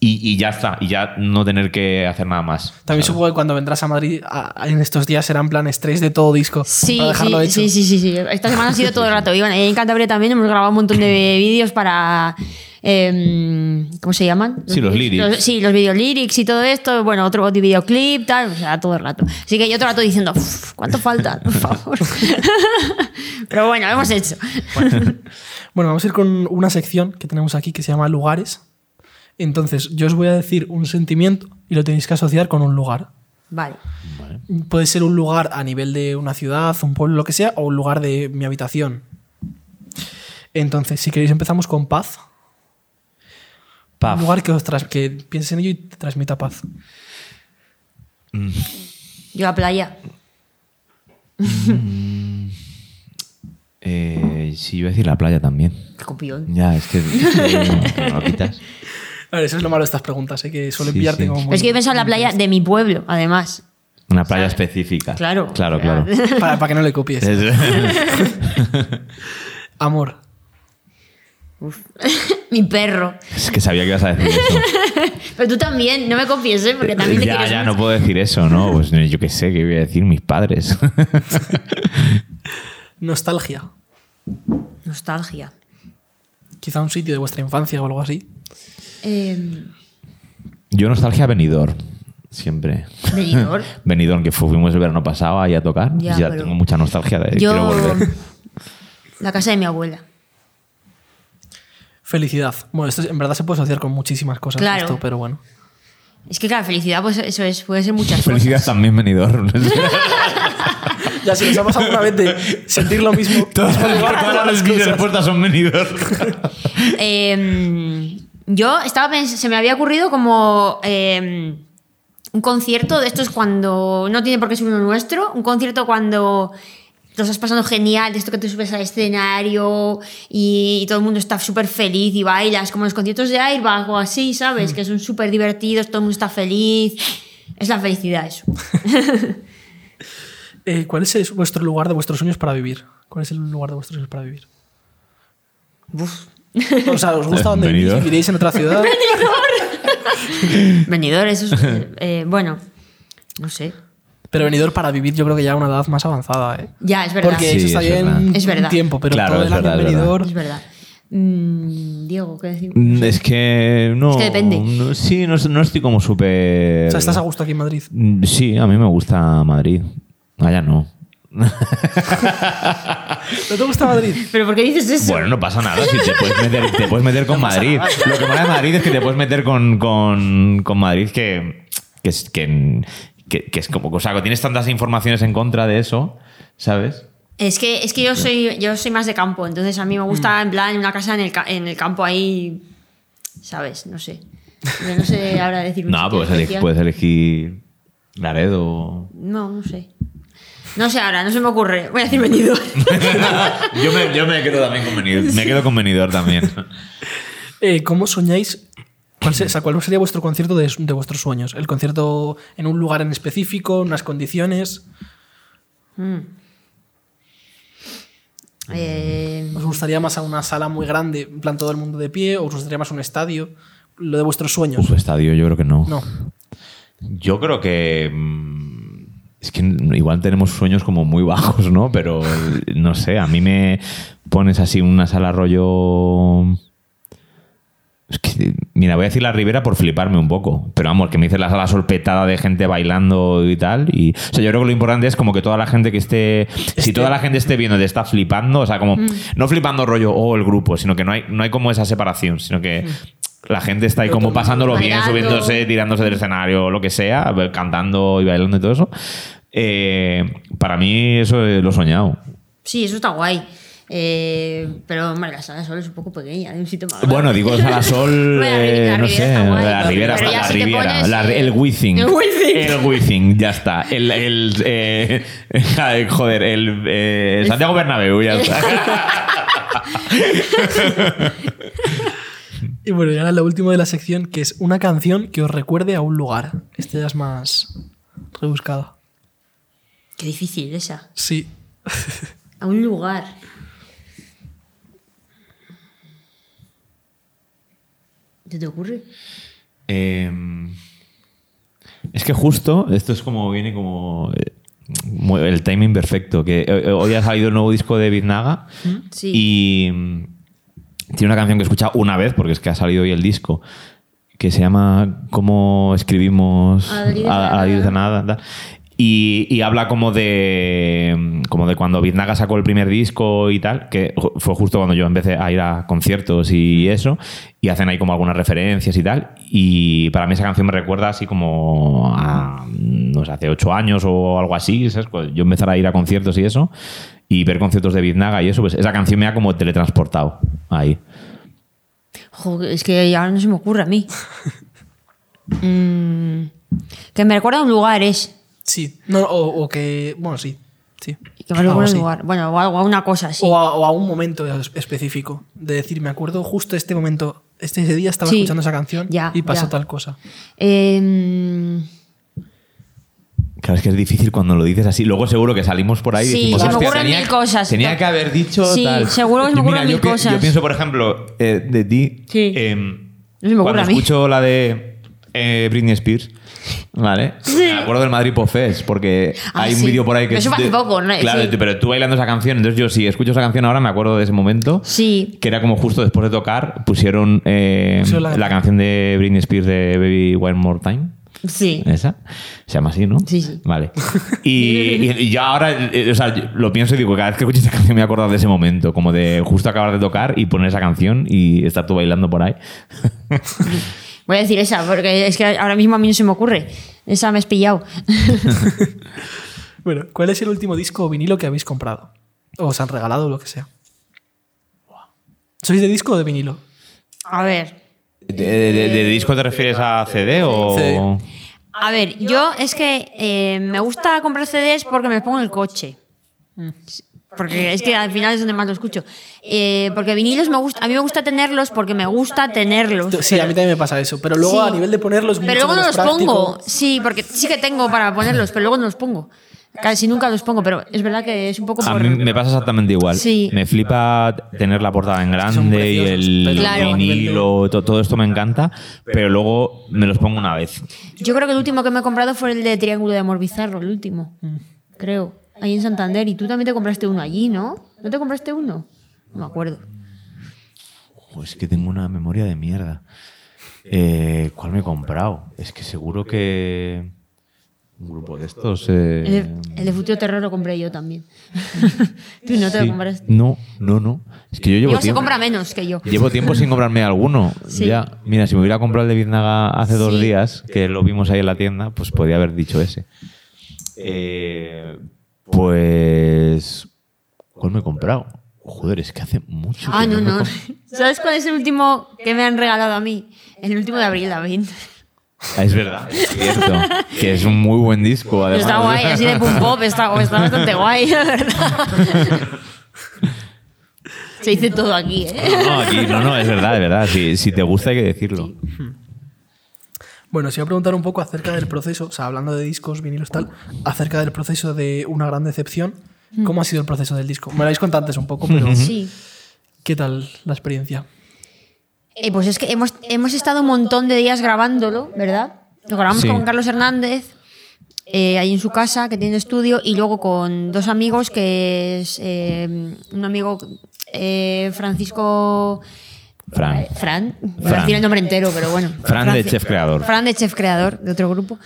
y, y ya está, y ya no tener que hacer nada más. También supongo que cuando vendrás a Madrid a- a- en estos días serán plan estrés de todo disco. Sí, para dejarlo sí, hecho. sí, sí, sí, sí. Esta semana ha sido todo el rato. Y bueno, en Cantabria también hemos grabado un montón de vídeos para. em, ¿Cómo se llaman? Sí, los lyrics. los- sí, los videolyrics y todo esto. Bueno, otro videoclip, tal. O sea, todo el rato. Así que yo todo el rato diciendo, "Uf, ¿cuánto falta? Por favor. Pero bueno, lo hemos hecho. Bueno, vamos a ir con una sección que tenemos aquí que se llama lugares. Entonces, yo os voy a decir un sentimiento y lo tenéis que asociar con un lugar. Vale. Puede ser un lugar a nivel de una ciudad, un pueblo, lo que sea, o un lugar de mi habitación. Entonces, si queréis, empezamos con paz. Paf. Un lugar que, os tras- que pienses en ello y te transmita paz. Yo la playa. Eh, sí, iba a decir la playa también. Qué copión. Ya, es que eh, no lo quitas. A ver, eso es lo malo de estas preguntas, ¿eh? que suelen Sí, pillarte sí. como Pero muy- es que yo he pensado en la playa de mi pueblo, además. Una playa específica. Claro. Claro, claro. para, para que no le copies. Amor. Mi perro. Es que sabía que ibas a decir eso. Pero tú también, no me confíes, ¿eh? porque también te ya, quieres ya, mucho. no puedo decir eso, ¿no? Pues no, yo qué sé, ¿qué voy a decir mis padres? Nostalgia. Nostalgia. Quizá un sitio de vuestra infancia o algo así. Eh, yo nostalgia venidor, siempre. Benidorm. Venidor, que fuimos el verano pasado ahí a tocar. Ya, Ya, pero- tengo mucha nostalgia de Yo. quiero volver. La casa de mi abuela. Felicidad. Bueno, esto es- en verdad se puede asociar con muchísimas cosas Claro. esto, pero bueno. Es que, claro, felicidad, pues eso es, puede ser muchas Felicidad cosas. también venidor. Ya si nos ha pasado una vez de sentir lo mismo. todas por lugar, todas todas las las cosas. respuestas son venidor. Eh, yo estaba pens- se me había ocurrido como eh, un concierto de estos cuando no tiene por qué ser uno nuestro, un concierto cuando te lo estás pasando genial, de esto que te subes al escenario y, todo el mundo está súper feliz y bailas, como los conciertos de Airbag o así, Mm. ¿sabes? Que son súper divertidos, todo el mundo está feliz. Es la felicidad eso. Eh, ¿Cuál es vuestro lugar de vuestros sueños para vivir? ¿Cuál es el lugar de vuestros sueños para vivir? O sea, ¿os gusta donde vivís? Venidor. ¿Viviréis en otra ciudad? Vendidor, eso es... eh, bueno, no sé. Pero venidor para vivir yo creo que ya a una edad más avanzada, ¿eh? Ya, es verdad. Porque Sí, eso está es bien verdad. un Es verdad. tiempo, pero Claro, todo es el año en verdad, es verdad. venidor... Es verdad. Mm, Diego, ¿qué decimos? Mm, es que no. Es que depende. no- sí, no, no estoy como súper. O sea, ¿estás a gusto aquí en Madrid? Mm, Sí, a mí me gusta Madrid. Allá no. ¿No te gusta Madrid? ¿Pero por qué dices eso? Bueno, no pasa nada. Si te puedes meter, te puedes meter con Madrid. Lo que mola de Madrid es que te puedes meter con, con- con Madrid que, que, es, que, que- que es como. O sea, que tienes tantas informaciones en contra de eso, ¿sabes? Es que, es que yo, soy, yo soy más de campo, entonces a mí me Mm. gusta en plan una casa en el, ca- en el campo ahí, ¿sabes? No sé. Yo no sé ahora decir un No, sitio puedes, ele- especial. puedes elegir. Laredo. No, no sé. No sé ahora, no se me ocurre. Voy a decir Benidorm. yo, me, yo me quedo también con Benidorm. Me quedo con Benidorm también. Eh, ¿Cómo soñáis? ¿Cuál, se- o sea, cuál sería vuestro concierto de, de vuestros sueños? ¿El concierto en un lugar en específico, unas condiciones? Eh, ¿Os gustaría más a una sala muy grande, en plan todo el mundo de pie? ¿O os gustaría más un estadio? Lo de vuestros sueños. Uf, estadio, yo creo que no. No. Yo creo que. mm, Es que igual tenemos sueños como muy bajos, ¿no? Pero no sé, a mí me pones así una sala rollo. Es que, mira, voy a decir la Ribera por fliparme un poco. Pero vamos, que me dices la sala solpetada de gente bailando y tal. Y, o sea, yo creo que lo importante es como que toda la gente que esté. Si toda la gente esté viendo, te está flipando. O sea, como. No flipando rollo, oh, el grupo, sino que no hay, no hay como esa separación, sino que. La gente está ahí como pasándolo bien, Bailando. subiéndose, tirándose del escenario, lo que sea, cantando y bailando y todo eso. Eh, para mí eso eh, lo he soñado. sí, eso está guay. Eh, pero hombre, la sala de sol es un poco pequeña, ¿eh? hay un sitio más grande. Bueno, digo Sala Sol, Bueno, la Ri- eh, la no Riviera sé, está guay, la pero- Riviera, pero está- ya la si te Riviera, pones, la- eh, el Wizzing. el Wizzing. El Wizzing, ya está. El, el, eh, joder, el eh, Santiago Bernabéu, ya está. Y bueno, y ahora lo último de la sección, que es una canción que os recuerde a un lugar. Este ya es más rebuscado. Qué difícil esa. Sí. A un lugar. ¿Te te ocurre? Eh, es que justo, esto es como, viene como eh, muy- el timing perfecto, que eh, hoy ha salido el nuevo disco de Biznaga Sí. y mm, tiene una canción que he escuchado una vez, porque es que ha salido hoy el disco, que se llama ¿Cómo escribimos A la luz de a- a la luz de nada? tal. Y, y habla como de como de cuando Biznaga sacó el primer disco y tal, que ju- fue justo cuando yo empecé a ir a conciertos y eso, y hacen ahí como algunas referencias y tal. Y para mí esa canción me recuerda así como a, no sé, hace ocho años o algo así, ¿sabes? Cuando Yo empezar a ir a conciertos y eso, y ver conciertos de Biznaga y eso, pues esa canción me ha como teletransportado ahí. Jo, es que ahora no se me ocurre a mí. Mm, que me recuerda a un lugar es. Sí. No, o, o que. Bueno, sí. Sí. Que me recuerda Algo a un así. lugar. Bueno, o algo- a una cosa así. O, a, o a un momento es- específico. De decir, me acuerdo justo este momento, este ese día estaba Sí. escuchando esa canción Ya, y pasó ya. tal cosa. Em, Claro, es que es difícil cuando lo dices así. Luego seguro que salimos por ahí y Sí, decimos, se me "Hostia, ocurren tenía, mil cosas". tenía que haber dicho Sí, tal". seguro que se me Yo, mira, ocurren yo mil pi- cosas. Yo pienso, por ejemplo, eh, de ti, Sí. em, No se me ocurre cuando a mí. escucho la de eh, Britney Spears, ¿vale? Me acuerdo del Madrid Pop Fest porque Ah, hay un sí. vídeo por ahí que... Pero eso fue hace de- poco, ¿no? Claro, Sí. pero tú bailando esa canción, entonces yo sí, escucho esa canción ahora, me acuerdo de ese momento. sí. Que era como justo después de tocar, pusieron eh, Pusieron la- la... canción de Britney Spears de Baby One More Time. Sí. ¿Esa? Se llama así, ¿no? Sí, sí. Vale. Y, y- y yo ahora, eh, o sea, yo lo pienso y digo, cada vez que escucho esa canción me he acordado de ese momento, como de justo acabar de tocar y poner esa canción y estar tú bailando por ahí. Voy a decir esa, porque es que ahora mismo a mí no se me ocurre. Esa me has pillado. Bueno, ¿cuál es el último disco o vinilo que habéis comprado? O os han regalado, lo que sea. ¿Sois de disco o de vinilo? A ver. ¿De, de- de- de disco te refieres a CD o...? CD. A ver, yo es que eh, me gusta comprar CDs porque me los pongo en el coche. Mm. Porque es que al final es donde más lo escucho. Eh, porque vinilos me gusta, a mí me gusta tenerlos porque me gusta tenerlos. Sí, a mí también me pasa eso. Pero luego Sí. a nivel de ponerlos... Pero luego no los pongo. Sí, porque sí que tengo para ponerlos, pero luego no los pongo. Casi nunca los pongo, pero es verdad que es un poco A por- mí me pasa exactamente igual. Sí. Me flipa tener la portada en que son grande y preciosos, el pero Claro. a nivel de- vinilo, to- todo esto me encanta, pero luego me los pongo una vez. Yo creo que el último que me he comprado fue el de Triángulo de Amor Bizarro, el último. Mm. Creo. Ahí en Santander. Y tú también te compraste uno allí, ¿no? ¿No te compraste uno? No me acuerdo. Ojo, es que tengo una memoria de mierda. Eh, ¿Cuál me he comprado? Es que seguro que un grupo de estos. eh, El de, el de Futuro Terror lo compré yo también. Tú no sí. te lo compraste. No, no, no. Es que yo llevo Diego se tiempo. compra menos que yo. Llevo tiempo sin comprarme alguno. Sí. Ya, mira, si me hubiera comprado el de Biznaga hace dos Sí. días, que lo vimos ahí en la tienda, pues podía haber dicho ese. Eh, pues. ¿Cuál me he comprado? Joder, es que hace mucho. Ah, que no, me no. compro- ¿Sabes cuál es el último que me han regalado a mí? El último de abril, David. Es verdad, es cierto. que es un muy buen disco, además. Está guay, así de pum pop, está, está bastante guay, la verdad. Se dice todo aquí, ¿eh? No, no, aquí- no, no, es verdad, es verdad. Si, si te gusta hay que decirlo. Bueno, os iba a preguntar un poco acerca del proceso, o sea, hablando de discos, vinilos, tal, acerca del proceso de una gran decepción. ¿Cómo ha sido el proceso del disco? Me lo habéis contado antes un poco, pero Mm. Sí. ¿qué tal la experiencia? Eh, pues es que hemos, hemos estado un montón de días grabándolo, ¿verdad? Lo grabamos Sí. con Carlos Hernández, eh, ahí en su casa, que tiene estudio, y luego con dos amigos, que es eh, un amigo eh, Francisco... Fran. eh, Fran, Voy a Fran. decir el nombre entero, pero bueno. Fran de Chef Creador. Fran de Chef Creador, de otro grupo.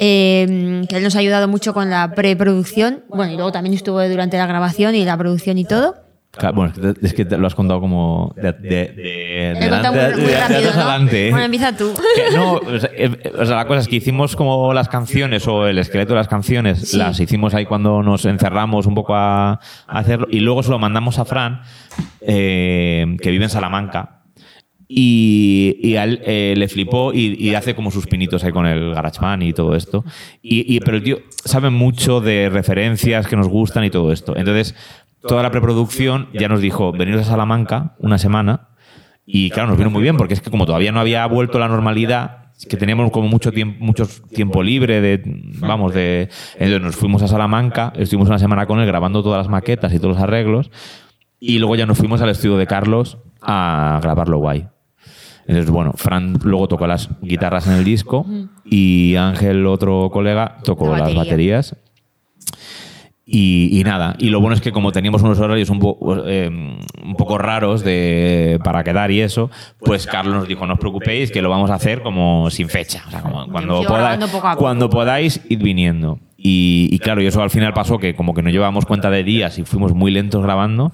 eh, que él nos ha ayudado mucho con la preproducción. Bueno, y luego también estuvo durante la grabación y la producción y todo. Ca- Bueno, es que te- es que te lo has contado como de, de, de, He delante- contado muy- muy de- de rápido, atrás ¿no? adelante. ¿eh? Bueno, empieza tú. Que no, o sea, eh, eh, o sea, la cosa es que hicimos como las canciones o el esqueleto de las canciones, Sí. las hicimos ahí cuando nos encerramos un poco a, a hacerlo y luego se lo mandamos a Fran, eh, que vive en Salamanca. Y, y a él eh, le flipó y, y hace como sus pinitos ahí con el GarageBand y todo esto. Y, y- pero el tío sabe mucho de referencias que nos gustan y todo esto. Entonces, toda la preproducción ya nos dijo, veniros a Salamanca una semana. Y claro, nos vino muy bien porque es que como todavía no había vuelto la normalidad, que teníamos como mucho tiempo, mucho tiempo libre de, vamos, de, entonces nos fuimos a Salamanca, estuvimos una semana con él grabando todas las maquetas y todos los arreglos y luego ya nos fuimos al estudio de Carlos a grabarlo guay. Entonces, bueno, Fran luego tocó las guitarras en el disco y Ángel, otro colega, tocó La las batería. baterías. Y, y nada, y lo bueno es que como teníamos unos horarios un, po- eh, un poco raros de, para quedar y eso, pues Carlos nos dijo, no os preocupéis, que lo vamos a hacer como sin fecha, o sea, como cuando, Yo grabando poda- poco a poco. cuando podáis, id viniendo. Y, y claro, y eso al final pasó que como que no llevábamos cuenta de días y fuimos muy lentos grabando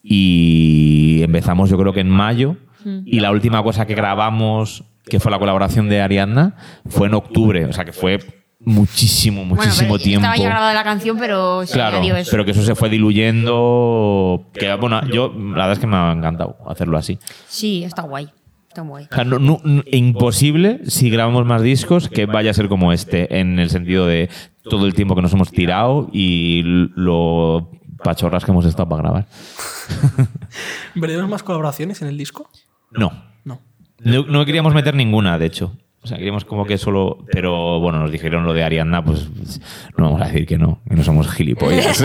y empezamos yo creo que en mayo Mm. y la última cosa que grabamos, que fue la colaboración de Ariadna, fue en octubre, o sea que fue muchísimo, muchísimo bueno, pero tiempo. Estaba ya grabada la canción, pero se Claro, añadió eso. pero que eso se fue diluyendo. Que, bueno, yo la verdad es que me ha encantado hacerlo así. Sí, está guay. Está guay. O sea, no- no- no- imposible si grabamos más discos que vaya a ser como este, en el sentido de todo el tiempo que nos hemos tirado y lo pachorras que hemos estado para grabar. ¿Veremos más colaboraciones en el disco? No, No. no, no queríamos meter ninguna, de hecho. O sea, queríamos como que solo. Pero bueno, nos dijeron lo de Ariadna, pues no vamos a decir que no, que no somos gilipollas.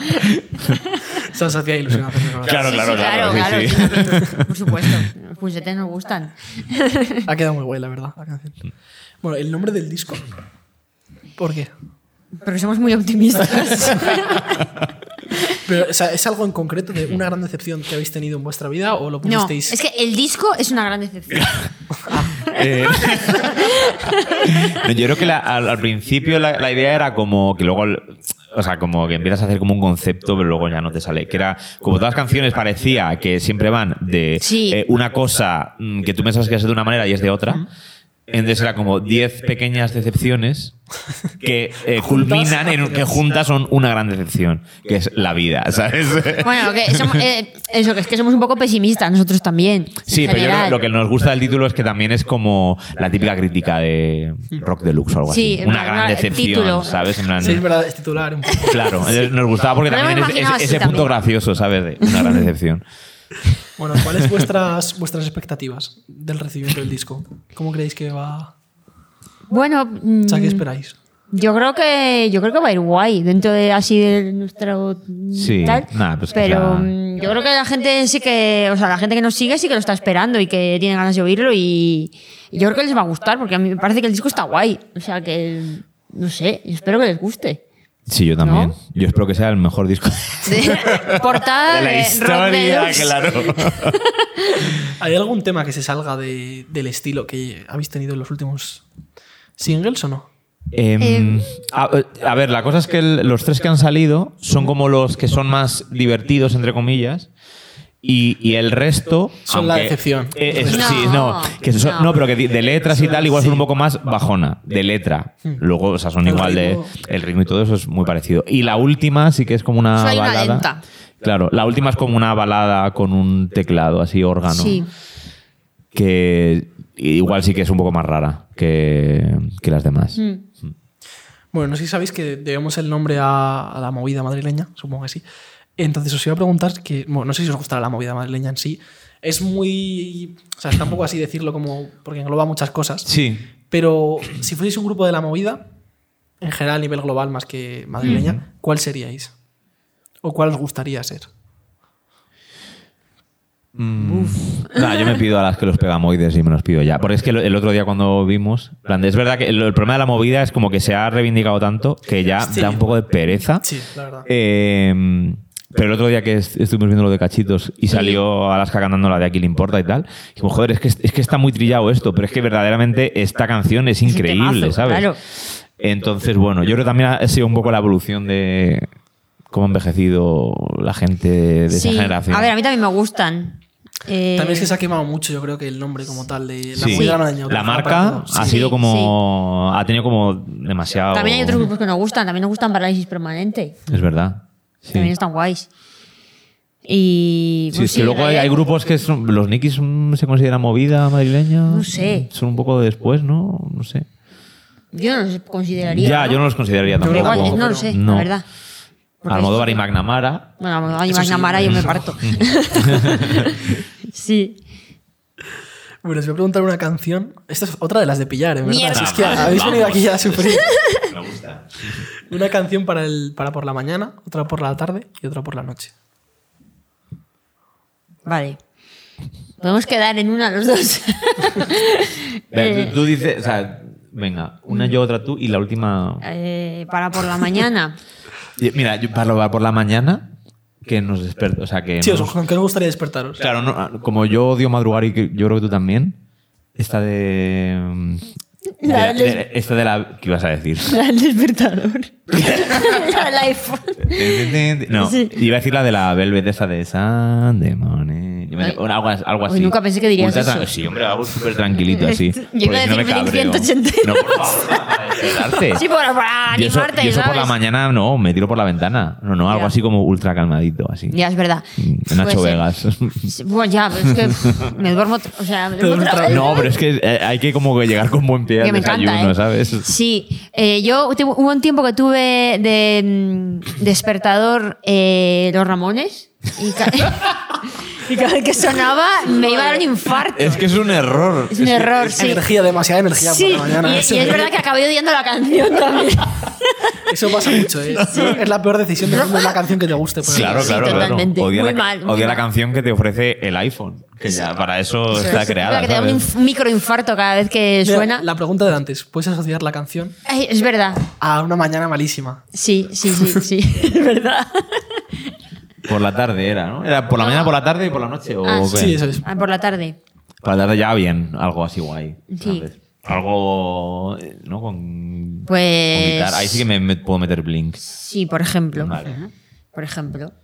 O sea, os hacía ilusión hacer colaboraciones. Claro, Sí, claro, sí, claro, sí, sí. Por supuesto. Los pulsetes nos gustan. Ha quedado muy guay, la verdad, la canción. Bueno, el nombre del disco. ¿Por qué? Pero somos muy optimistas. Pero, o sea, ¿Es algo en concreto de una gran decepción que habéis tenido en vuestra vida o lo No, pusisteis? es que el disco es una gran decepción. Eh, no, yo creo que la- al, al principio la, la idea era como que luego, el- o sea, como que empiezas a hacer como un concepto, pero luego ya no te sale. Que era como todas las canciones parecía que siempre van de Sí. eh, una cosa mm, que tú pensabas que iba a ser de una manera y es de otra. Entonces era como 10 pequeñas decepciones que eh, culminan en que juntas son una gran decepción, que es la vida, ¿sabes? Bueno, que somos, eh, eso, que es que somos un poco pesimistas nosotros también. Sí, en pero yo creo que general. lo que nos gusta del título es que también es como la típica crítica de Rock Deluxe o algo Sí, así. en Una plan, gran una- decepción, título. ¿sabes? En plan- Sí, es verdad, es titular un poco. Claro, entonces nos gustaba porque Pero también me es- es- imaginaba así ese punto también. gracioso, ¿sabes? De una gran decepción. Bueno, ¿cuáles vuestras vuestras expectativas del recibimiento del disco? ¿Cómo creéis que va? Bueno, O sea, ¿qué mm, esperáis? yo creo que yo creo que va a ir guay dentro de así de nuestro mm, Sí, tal. nada, pues quizá- pero mm, yo creo que la gente sí que, o sea, la gente que nos sigue sí que lo está esperando y que tiene ganas de oírlo y, y yo creo que les va a gustar porque a mí me parece que el disco está guay, o sea que no sé, espero que les guste. Sí, yo también. también. ¿No? Yo espero que sea el mejor disco Portada de la Ah, de Rock historia, Deluxe. claro. ¿Hay algún tema que se salga de- del estilo que habéis tenido en los últimos singles o no? Em, Em. a, a ver, la cosa es que el- los tres que han salido son como los que son más divertidos, entre comillas. Y, y el resto. Son la decepción. Eh, eso No, sí, no, que eso- no. no, pero que di- de letras y tal, igual son un poco más bajona, de letra. Luego, o sea, son Hmm. El igual de. ritmo. El ritmo y todo eso es muy parecido. Y la última sí que es como una Solo hay una balada. lenta. Claro, la Ah, última es como una balada con un teclado, así órgano Sí. que igual sí que es un poco más rara que, que las demás. Mm. Bueno, no sé si sabéis que debemos el nombre a, a la movida madrileña, supongo que sí. Entonces os iba a preguntar que, bueno, no sé si os gustará la movida madrileña en sí. Es muy, o sea, está un poco así decirlo como, porque engloba muchas cosas. Sí. Pero si fueseis un grupo de la movida, en general a nivel global más que madrileña, ¿cuál seríais? ¿O cuál os gustaría ser? Nah, yo me pido a las que los pegamoides y me los pido ya. Porque es que lo- el otro día cuando vimos. en plan, Es verdad que el, el problema de la movida es como que se ha reivindicado tanto que ya Sí. da un poco de pereza. Sí, la verdad. Eh, pero el otro día que est- estuvimos viendo lo de cachitos y salió Alaska cantando la de Aquí le importa y tal, dijimos, joder, es que, es que está muy trillado esto, pero es que verdaderamente esta canción es un increíble, temazo, ¿sabes? claro. Entonces, bueno, yo creo que también ha sido un poco la evolución de cómo ha envejecido la gente de esa Sí. generación. A ver, a mí también me gustan. Eh, También es que se ha quemado mucho, yo creo que el nombre como tal de la Sí. movida madrileña. La marca ha Sí. sido como. Ha tenido como demasiado. También hay otros grupos que nos gustan, también nos gustan Parálisis Permanente. Es verdad. Sí. También están guays. Y. Sí, pues es que sí, luego hay, en hay realidad- grupos que son. Los Nikis mm, se considera movida madrileña. No sé. Son un poco después, ¿no? No sé. Yo no los consideraría. Ya, yo no los consideraría Pero tampoco. Igual, tampoco, no pero lo sé, no. la verdad. Porque Almodóvar y Magnamara. Bueno, a mí Eso sí. Magnamara yo me parto. sí. Bueno, os voy a preguntar una canción. Esta es otra de las de pillar, en verdad. Mierda. Si es que habéis venido aquí a sufrir. Una canción para, el, para por la mañana, otra por la tarde y otra por la noche. Vale. Podemos quedar en una los dos. Ve, Tú, tú dices. O sea, venga, una yo, otra tú y la última. Eh, para por la mañana. Y, Mira, yo para por la mañana. Que nos desperta. O sea, que. Sí, nos- os, ¿con qué os gustaría despertaros? Claro, no, ah, como yo odio madrugar y que yo creo que tú también, esta de... mm, de- La- de- esta de la... ¿Qué ibas a decir? La del despertador. la del iPhone. No, Sí. iba a decir la de la Velvet, esa de Sunday morning. Yo me- una- algo, algo Uy, así. nunca pensé que dirías Ultra eso. tran- Sí, hombre, algo súper tranquilito así. Yo porque iba a si no me decir Blink cabreo. 182. No, por favor, para despertarte. Sí, para, para Yo eso- animarte. yo eso por la ¿sabes? mañana, no, me tiro por la ventana. No, no, algo Ya. así como ultra calmadito, así. Ya, es verdad. Pues, Mm, Nacho Puede ser. Vegas. Sí, Bueno, pues ya, pero es que pff, me duermo. O sea, me duermo otra vez. No, pero es que eh, hay que como que llegar con buen pie que al me encanta, desayuno, ¿eh? ¿sabes? Sí, eh, yo tuve- hubo un tiempo que tuve de mm, despertador eh, los Ramones y, ca- y cada vez que sonaba me iba a dar un infarto. Es que es un error. Es un error, sí. Energía, demasiada energía Sí, por la mañana. ¿eh? y, Eso- y es verdad que acabé odiando la canción también. Eso pasa mucho, ¿eh? Es la peor decisión de poner la canción que te guste. pues. por Claro, sí, ejemplo. claro, totalmente. claro. Odia, Muy la, mal, muy odia la mal. canción que te ofrece el iPhone, que ya para eso está Es verdad creada. que te da un ¿sabes? inf- microinfarto cada vez que Mira, suena. La pregunta de antes, ¿puedes asociar la canción Ay, es verdad. a una mañana malísima? Sí, sí, sí, sí. Es verdad. Por la tarde era, ¿no? Era por la mañana, por la tarde y por la noche. ¿o Ah, qué? Sí, eso es. Ah, por la tarde. Por la tarde ya bien, algo así guay. Sí. ¿sabes? Algo, eh, ¿no? Con, con Pues. guitarra. Ahí sí que me, me puedo meter blink. Sí, por ejemplo. Vale. Por ejemplo.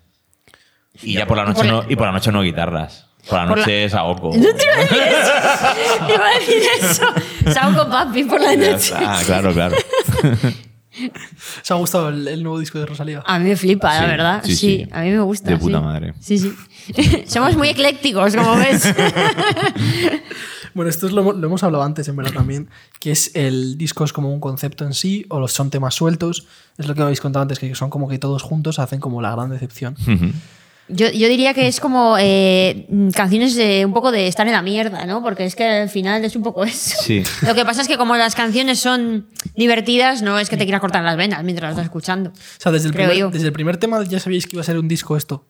Y ya por la noche Por la- no, y por la noche no guitarras. Por la Por la- noche es Aoko. No te iba a decir eso. Te iba a decir eso. Salgo con papi por la Ya noche. está. Ah, claro, claro. ¿Os ha gustado el, el nuevo disco de Rosalía? A mí me flipa, la Sí, verdad. sí, Sí, sí. a mí me gusta. De puta sí. madre. Sí, sí. Somos muy eclécticos, como ves. Bueno, esto es lo, hemos- lo hemos hablado antes, en verdad, también, que es el disco es como un concepto en sí, o los son temas sueltos, es lo que habéis contado antes, que son como que todos juntos hacen como la gran decepción. Ujú. Yo, yo diría que es como eh, canciones de un poco de estar en la mierda, ¿no? Porque es que al final es un poco eso. Sí. Lo que pasa es que como las canciones son divertidas, no es que te quieras cortar las venas mientras las estás escuchando. O sea, desde el, Creo primer, yo. desde el primer tema ya sabíais que iba a ser un disco esto.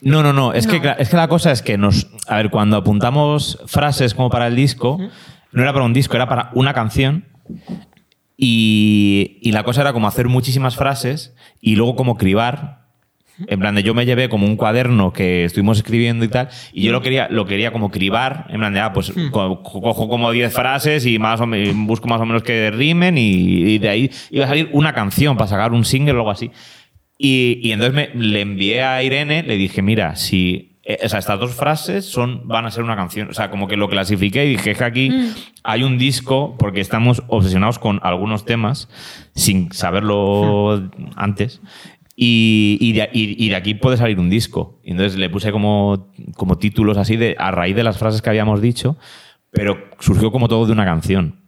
No, no, no. Es, No. Que, cla- es que la cosa es que nos. A ver, cuando apuntamos frases como para el disco, no era para un disco, era para una canción. Y, y la cosa era como hacer muchísimas frases y luego como cribar. En plan de yo me llevé como un cuaderno que estuvimos escribiendo y tal, y yo lo quería, lo quería como cribar, en plan de, ah, pues co- cojo como 10 frases y más o me- busco más o menos que rimen y, y de ahí iba a salir una canción para sacar un single o algo así. Y, y entonces me- le envié a Irene, le dije, mira, si eh, o sea, estas dos frases son, van a ser una canción. O sea, como que lo clasifiqué y dije, es que aquí hay un disco, porque estamos obsesionados con algunos temas, sin saberlo antes. Y, y de, y- y de aquí puede salir un disco. Y entonces le puse como, como títulos así de, a raíz de las frases que habíamos dicho. Pero surgió como todo de una canción.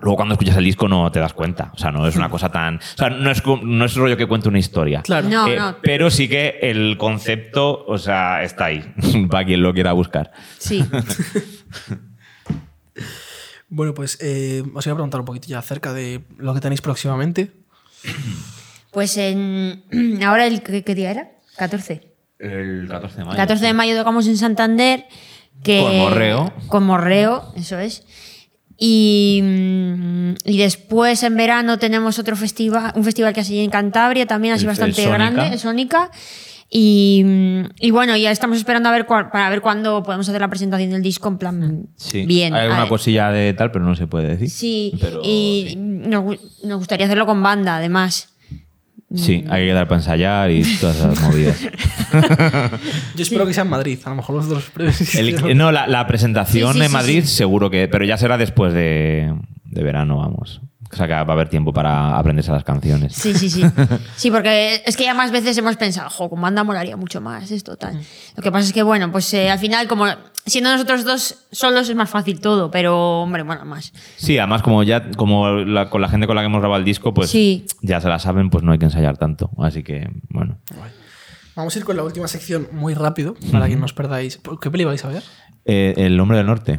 Luego cuando escuchas el disco no te das cuenta. O sea, no es una cosa tan... O sea, no es, co- no es rollo que cuente una historia. Claro. No, Eh, no. Pero sí que el concepto, o sea, está ahí. Para quien lo quiera buscar. Sí. Bueno, pues eh, os iba a preguntar un poquito ya acerca de lo que tenéis próximamente. Pues en. Ahora, el, ¿qué, qué día era? 14. El 14 de mayo. 14 de mayo tocamos en Santander. Que, Con Morreo. Con Morreo, eso es. Y, mm, y después en verano tenemos otro festival, un festival que hace allí en Cantabria también, así El- el bastante Sónica. grande, el Sónica. Y, mm, y bueno, ya estamos esperando a ver cua- para ver cuándo podemos hacer la presentación del disco en plan Sí. bien. Hay a- una cosilla de tal, pero no se puede decir. Sí, Pero y sí. Nos, gu- nos gustaría hacerlo con banda, además. Sí, hay que dar para ensayar y todas esas movidas. Yo espero que sea en Madrid, a lo mejor vosotros. El- no, la, la presentación Sí, sí, en sí, Madrid sí. seguro que... Pero ya será después de, de verano, vamos. O sea, que va a haber tiempo para aprenderse las canciones. Sí, sí, sí. Sí, porque es que ya más veces hemos pensado, jo, con banda molaría mucho más esto, tal. Mm. Lo que pasa es que, bueno, pues eh, al final, como siendo nosotros dos solos es más fácil todo, pero, hombre, mola más. Sí, además como ya como la- con la gente con la que hemos grabado el disco, pues Sí. ya se la saben, pues no hay que ensayar tanto. Así que, bueno. Vamos a ir con la última sección muy rápido para que no os perdáis. ¿Qué peli vais a ver? Eh, el Hombre del Norte.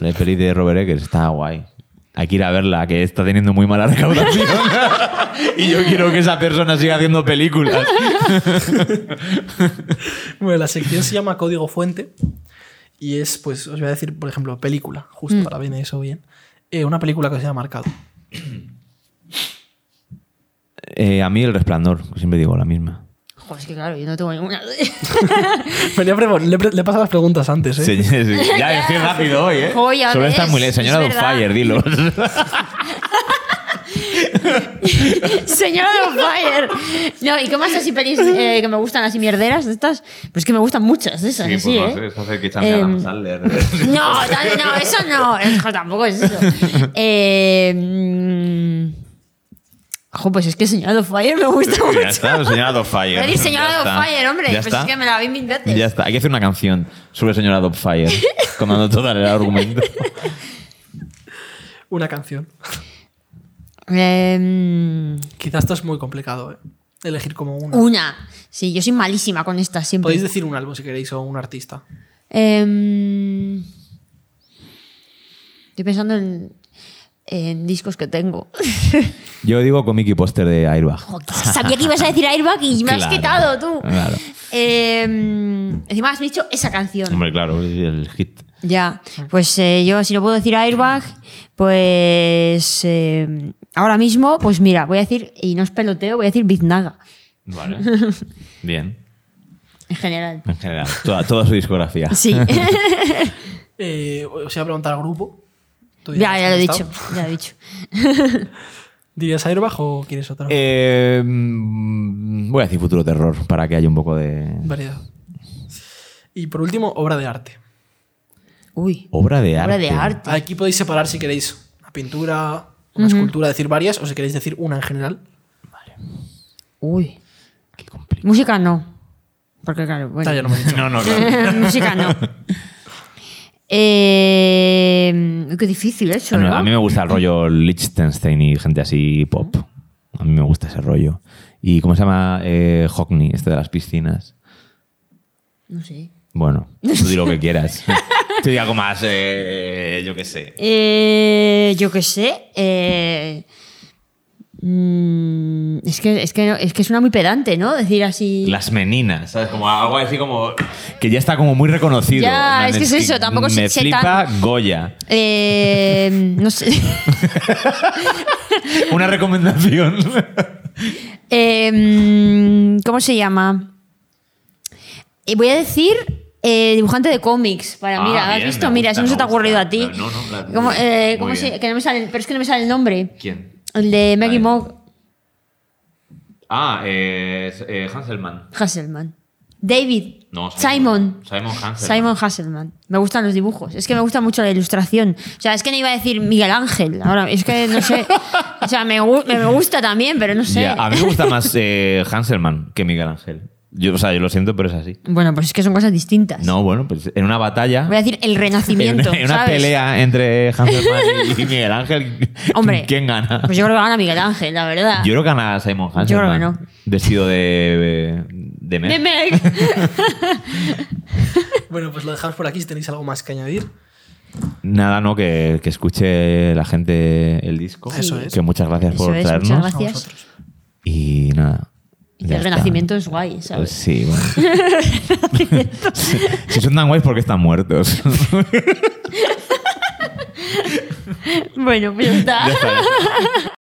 La peli de Robert Eggers está guay. Hay que ir a verla, que está teniendo muy mala recaudación. y yo quiero que esa persona siga haciendo películas. Bueno, la sección se llama Código Fuente y es, pues, os voy a decir, por ejemplo, película, justo ahora viene eso bien. Eh, una película que os haya marcado. Eh, a mí El Resplandor, siempre digo la misma. Jo, es que claro, yo no tengo ninguna. Venía pre- le, pre- le he pasado las preguntas antes, ¿eh? Sí, sí, sí. Ya, estoy rápido hoy, ¿eh? Joder, ya Solo ves, está muy lejos. es Señora Don verdad. Fire, dilo. Señora de Fire. No, ¿y qué más así pelis eh, que me gustan así mierderas de estas? Pues que me gustan muchas de esas, pues sí, ¿eh? Eh, No, dale, no, eso no. Eso tampoco es eso. Eh, mm, jo, pues es que Señora of Fire me gusta mucho. Ya está, señora Dogfire. Voy a decir Señora Ya of está. Fire, hombre. Ya pues está. es que me la vi mil veces. Ya está. Hay que hacer una canción sobre señora Dogfire, contando todo el argumento. Una canción. Eh, mm, Quizás esto es muy complicado, ¿eh? Elegir como una. una. Sí, yo soy malísima con estas siempre. Podéis decir un álbum si queréis o un artista. Eh, mm, estoy pensando en, en discos que tengo. Yo digo cómic y póster de Airbag. Jo, que Sabía que ibas a decir Airbag y me has Claro, quitado tú. claro. Eh, mm, encima has dicho esa canción. Hombre, claro, es el hit. Ya, pues eh, yo si no puedo decir airbag, pues eh, ahora mismo, pues mira, voy a decir, y no es peloteo, voy a decir biznaga, Vale. Bien. en general. En general, toda, toda su discografía. Sí, Eh, os iba a preguntar al grupo. Tú ya, ya lo he ¿has dicho, estado? ya lo he dicho. ¿Dirías Airbag o quieres otra? Eh, mm, voy a decir futuro terror para que haya un poco de. Variedad. Y por último, obra de arte. Uy, Obra de arte. obra de arte. Aquí podéis separar si queréis una pintura, una escultura, decir varias, o si queréis decir una en general. Uy, Qué complicado. música no, porque claro, bueno. Ah, ya no me he dicho. No, no, claro. música no. Eh, qué difícil eso, No, ¿no? a mí me gusta el rollo Liechtenstein y gente así pop. A mí me gusta ese rollo. ¿Y cómo se llama eh, Hockney, este de las piscinas? No sé. Bueno, tú di lo que quieras. Te digo algo más, eh, yo qué sé. Eh, yo qué sé. eh, mm, es, que, es, que, no- es que suena muy pedante, ¿no? Decir así. Las meninas, ¿sabes? Como algo así como. Que ya está como muy reconocido. Ya, En plan, es que es eso, tampoco Me se- se flipa Goya. Eh, no sé. Una recomendación. Eh, mm, ¿Cómo se llama? Eh, voy a decir eh, dibujante de cómics. Para, Ah, mira, bien, ¿has visto? me Mira, gusta, eso no se me te ha ocurrido gusta. a ti. No, no, claro, ¿Cómo, muy eh, bien. cómo Muy se- bien. que no me sale- pero es que no me sale el nombre. ¿Quién? El de Maggie Vale. Mogg Ah, eh, Hanselman. Hasselman. David. No, Simon. Simon Hanselman. Simon Hasselman. Me gustan los dibujos. Es que me gusta mucho la ilustración. O sea, es que no iba a decir Miguel Ángel. Ahora, es que no sé. O sea, me, gu- me- me gusta también, pero no sé. Ya, a mí me gusta más eh, Hanselman que Miguel Ángel. Yo, o sea, yo lo siento, pero es así. Bueno, pues es que son cosas distintas. No, bueno, pues en una batalla. Voy a decir el en renacimiento. una, en una ¿sabes? pelea entre Hanselman y, y Miguel Ángel, Hombre. ¿quién gana? Pues yo creo que gana Miguel Ángel, la verdad. Yo creo que gana Simon Hanselman. Yo creo que no. Vestido de. de Meg. De Meg. Bueno, pues lo dejamos por aquí si tenéis algo más que añadir. Nada, no, que, que escuche la gente el disco. Eso es. Que muchas gracias Eso por es, traernos. muchas A gracias. vosotros. Y nada. Y ya el está. renacimiento es guay, Pues ¿sabes? sí, bueno. si, si son tan guays, porque están muertos? Bueno, pues ya está. Ya está.